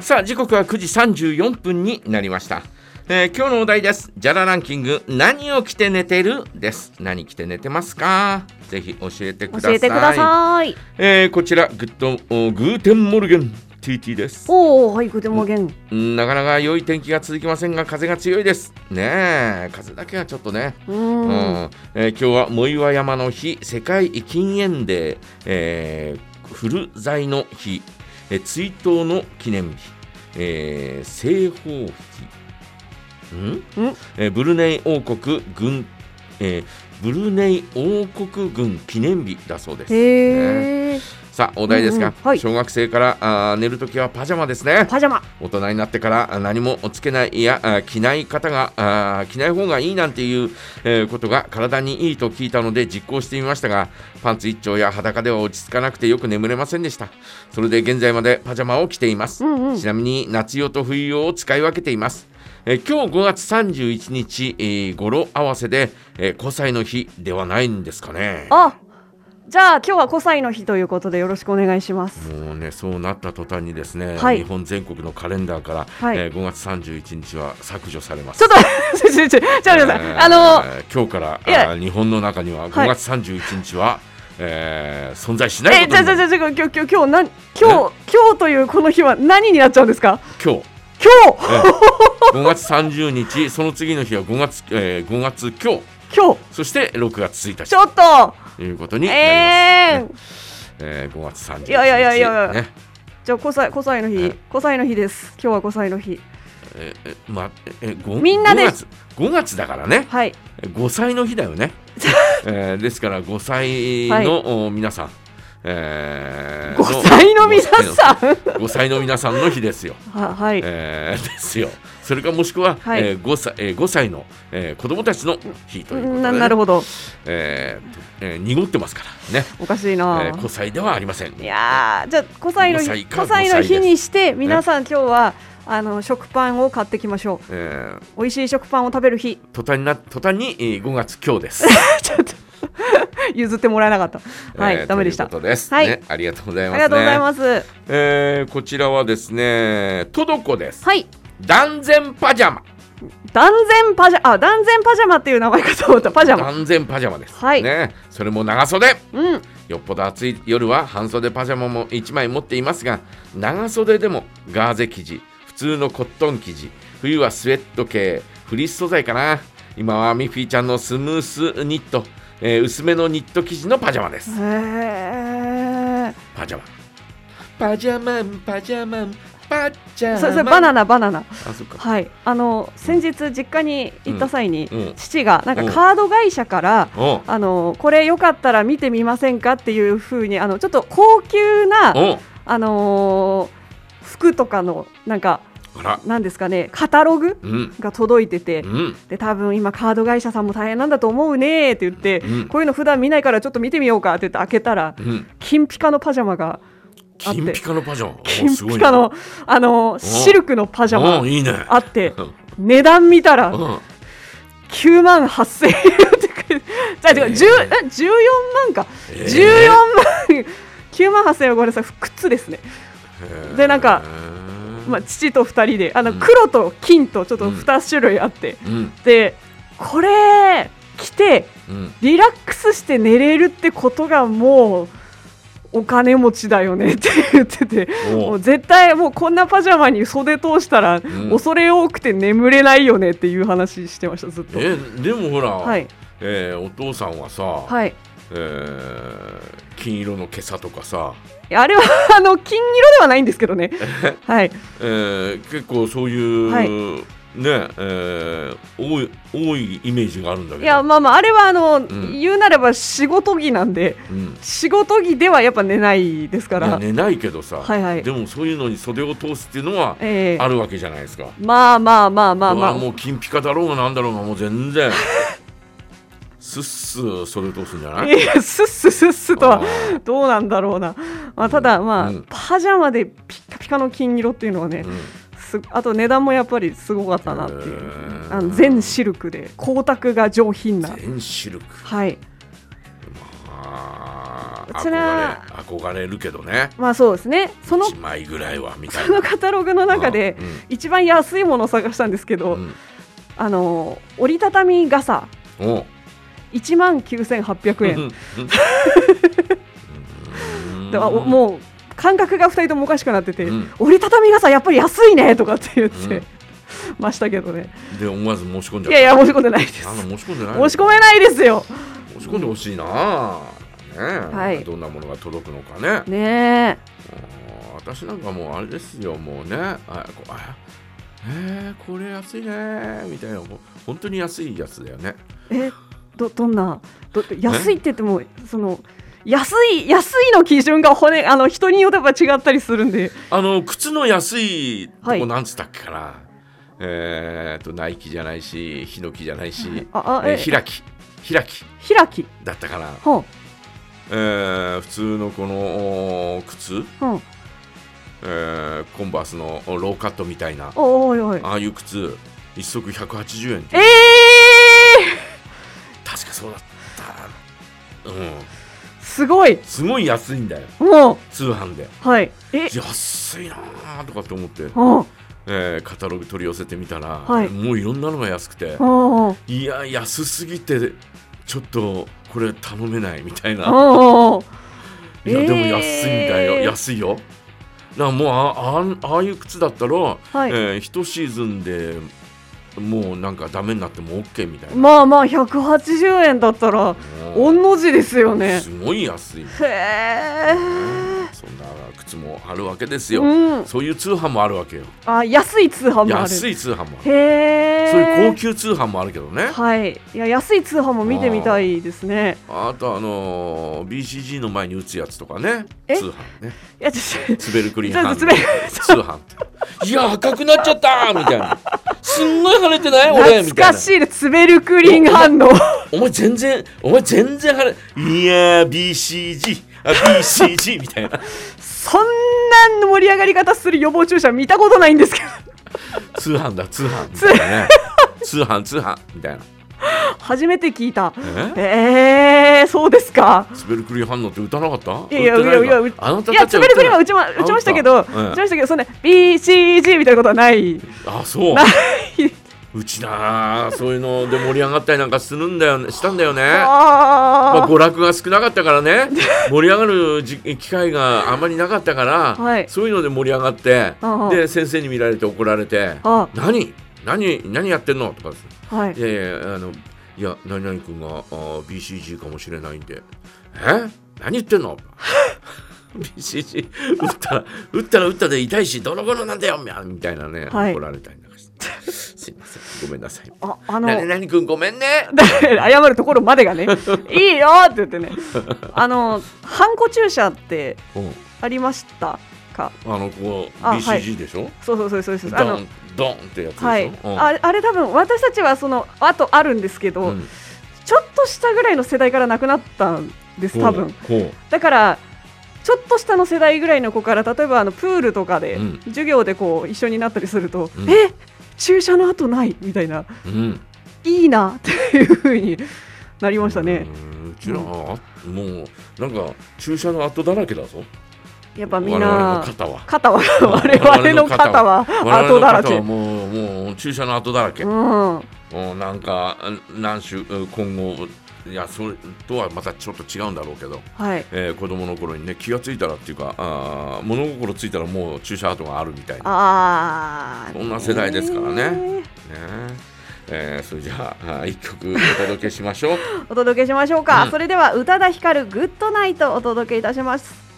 さあ時刻は9時34分になりました、えー今日のお題ですジャラランキング何を着て寝てるです何着て寝てますかぜひ教えてください教えてください。えーこちらグッドおグーテンモルゲン TT ですおお、はい、グテモゲン。うんなかなか良い天気が続きませんが風が強いですねえ風だけはちょっとねううんん。えー今日は藻岩山の日世界禁煙デー、えー、古材の日、えー追悼の記念日、えー、西方日ん、えーブルネイ王国軍、えーブルネイ王国軍記念日だそうです、ねへえ。さあお題ですが、うんうんはい小学生からあー寝るときはパジャマですねパジャマ。大人になってからあ何もつけないいやあ着ない方があ着ない方がいいなんていう、えーことが体にいいと聞いたので実行してみましたがパンツ一丁や裸では落ち着かなくてよく眠れませんでしたそれで現在までパジャマを着ています、うんうんちなみに夏用と冬用を使い分けていますえー今日5月31日、えー語呂合わせで、えー、5歳の日ではないんですかねあ。じゃあ、今日は5歳の日ということで、よろしくお願いします。もうねそうなった途端にですね、はい日本全国のカレンダーから、はいえー5月31日は削除されますちょっと、 ちょちょちょ、ちょっと待ってください。あの、えー今日からいやあー日本の中には5はい月31日は、えー存在しないえ、こじとゃにじなゃじるゃじゃ、今日、今日、今日、なん、今日、今日というこの日は何になっちゃうんですか。今日今日、えー5月30日 その次の日は5月、えー、5月今日今日、そして6月1日ちょっと。ということになりまええす、ねえー5月31日いやいやいやいやいやねじゃあ、5歳、5歳のは日い、 5歳の日です。今日は5歳の日。えーえーまえーごみんなです5月 ,5 月だからねはい。 5歳の日だよ ね、えーですから5歳のお皆さん、えー5歳の皆さん。 5歳の皆さんの日ですよ。 は、はい。えーですよ。それかもしくは、はいえー 5, 歳えー5歳の、えー子供たちの日ということでね、ななるほど。えーとえー濁ってますからね、おかしいな。えー、5歳ではありません。いやーじゃあ5歳の5日歳か5歳の5歳で日すにして皆さん今日はあの食パンを買ってきましょえーう美味しい食パンを食べる日 途端にな途端に、えー5月今日です。ちょっと譲ってもらえなかった はい、えーダメでしたということです、はいね。ありがとうございあます、ね。りがとうございますえーこちらはですね、とどこです。はい断然パジャマ。断然パジャあ断然パジャマっていう名前かと思ったパジャマ断然パジャマです。はいね、それも長袖。うんよっぽど暑い夜は半袖パジャマも1枚持っていますが長袖でもガーゼ生地普通のコットン生地冬はスウェット系フリース素材かな今はミッフィーちゃんのスムースニット、えー薄めのニット生地のパジャマですへパジャマパジャマンパジャマンパジャマえンそれそれバナナバナナあそっかはいあの先日実家に行った際に、うんうん父がなんかうんカード会社から、おうあのこれよかったら見てみませんかっていうふうにあのちょっと高級な、おうあのー服とかのなんかあらなんですかねカタログうんが届いてて、うんで多分今カード会社さんも大変なんだと思うねって言って、うんこういうの普段見ないからちょっと見てみようかって言って開けたらうん金ピカのパジャマがあっ金てピカのパジャマおう金すごいピカの、あのーシルクのパジャおうマいいねあってうん値段見たらうん9万8000円って書いてじゃあ違う10え14万か、えー14万9万8000円はごめんなさい靴ですね、でなんかへーまあ、父と2人であのうん黒と金とちょっとうん2種類あって、うんでこれ着てうんリラックスして寝れるってことがもうお金持ちだよねって言っててもおうう絶対もうこんなパジャマに袖通したらん恐れ多くて眠れないよねっていう話してましたずっと。えでもほら、はい、えーお父さんはさ、はいえー金色の袈裟とかさ、いやあれはあの金色ではないんですけどね。はい、えー結構そういう、はいねえー多い多いイメージがあるんだけどいやまあまああれはあの、ん言うなれば仕事着なんでうん仕事着ではやっぱ寝ないですかいやら、寝ないけどさ、はいはいでもそういうのに袖を通すっていうのはええあるわけじゃないですか。まあまあまあまあだかまらあもう金ピカだろうがなんだろうがもう全 然スッスー袖を通すんじゃないいやスッスッスッスとはあーどうなんだろうな、まあ、ただまあ、うんパジャマでピッカピカの金色っていうのはね、うんすあと値段もやっぱりすごかったなっていう、へーあの全シルクで光沢が上品な全シルクはいあう憧ちれら憧れるけどねまあそうですね その1枚ぐらいはみたいそなのカタログの中で一番安いものを探したんですけうど、んあの折りたたみ傘うんお1万9800円、うんであおもう感覚が2人ともおかしくなってて、うん折りたたみ傘やっぱり安いねとかって言って、うんましたけどねで思わず申し込んじゃいっやたいや申し込んでないです なんだ申し込んでないの申し込めないですよ申し込んでほしいな、ねはいどんなものが届くのかねねえうん私なんかもうあれですよもうねあこあえー、これ安いねみたいなもう本当に安いやつだよねえどどんなど安いって言ってもその安い安いの基準が骨あの人によってやっぱ違ったりするんであの靴の安いとはいこなんつったっけかな、えー、とナイキじゃないしヒノキじゃないし、ああええー、開き開き開きだったかな、ほえー、普通のこのおー靴、うほうえー、コンバースのおローカットみたいなおおいおいああいう靴一足180円ってええ確かそうだったうんー、すごいすごい安いんだよも通販でうはいえ安いなーとかって思って、うんえーカタログ取り寄せてみたら、はいもういろんなのが安くてうんうんいや安すぎてちょっとこれ頼めないみたいなうんうんいやでも安いんだよ、えー安いよだからもうああああいう靴だったら、はいえー一シーズンでもうなんかダメになっても OK みたいな、まあまあ180円だったらも御の字ですようねすごい安い、へえそんな靴もあるわけですよ、うんそういう通販もあるわけよあ安い通販もある安い通販もあるへえそういう高級通販もあるけどね、はい、いや安い通販も見てみたいですね。あとあのー BCG の前に打つやつとかねえ通販ねいや、ちょっと、スベルクリーンちょっハンとド滑る。通販っていや赤くなっちゃったみたいなすんごい腫れてない俺み懐たいかなしいです、滑るクリーンハンド。お前全然お前全然腫れいやー BCG あ BCG みたいなそんな盛り上がり方する予防注射見たことないんですけど。通販だ通販みたい なね通販通販みたいな初めて聞いた。ええー、そうですか。スベルクリーン反応って打たなかったいやいや打ってないいやいやかあないたや、たちは滑打てるクリーンなはい打ちま、打ちましたけど、打打っちたうんましたけど、そんな BCG みたいなことはない。あそうないうちなあそういうので盛り上がったりなんかするんだよねしたんだよねまああ、娯楽が少なかったからね盛り上がるじ機会があまりなかったから、はいそういうので盛り上がってうんうんで先生に見られて怒られてあ「何何何やってんの?」とかですあ、は「 いい。やいやあのいや何々君があー BCG かもしれないんでえ何言ってんの? 」BCG 打った ら打ったら打ったで痛いしドロドロなんだよみたいなね、はい怒られたりなんかして すいませんごめんなさい。あ、あの。何々君ごめんね。だから謝るところまで がねいいよって言ってねあのハンコ注射ってうんありましたかあのこうあはい BCG でしょ、そうそうそうそうそうあドのンドンってやつでしょ、はい、うんあれあれ多分私たちはそのあとあるんですけど、うんちょっとしたぐらいの世代からなくなったんです多分ほうだからちょっと下の世代ぐらいの子から例えばあのプールとかで、うん授業でこう一緒になったりすると、うんえ注射の後ないみたいなほううんいいなっていうふうになりましたね、うんうちらはあもうなんか注射の跡だらけだぞやっぱみん我々なの肩は肩は我々の肩は我々後のだら肩はけ。もうもう注射の跡だらけ、うもん、はうなんか何種うん今後いやそれとはまたちょっと違うんだろうけど、い。えー、子供の頃にね気がついたらっていうかあー物心ついたらもう注射跡があるみたいなああ。そんな世代ですからねねねえーそれじゃああー一曲お届けしましょうえ。お届けしましょうか。うんそれでは宇多田ヒカルグッドナイトお届けいたします。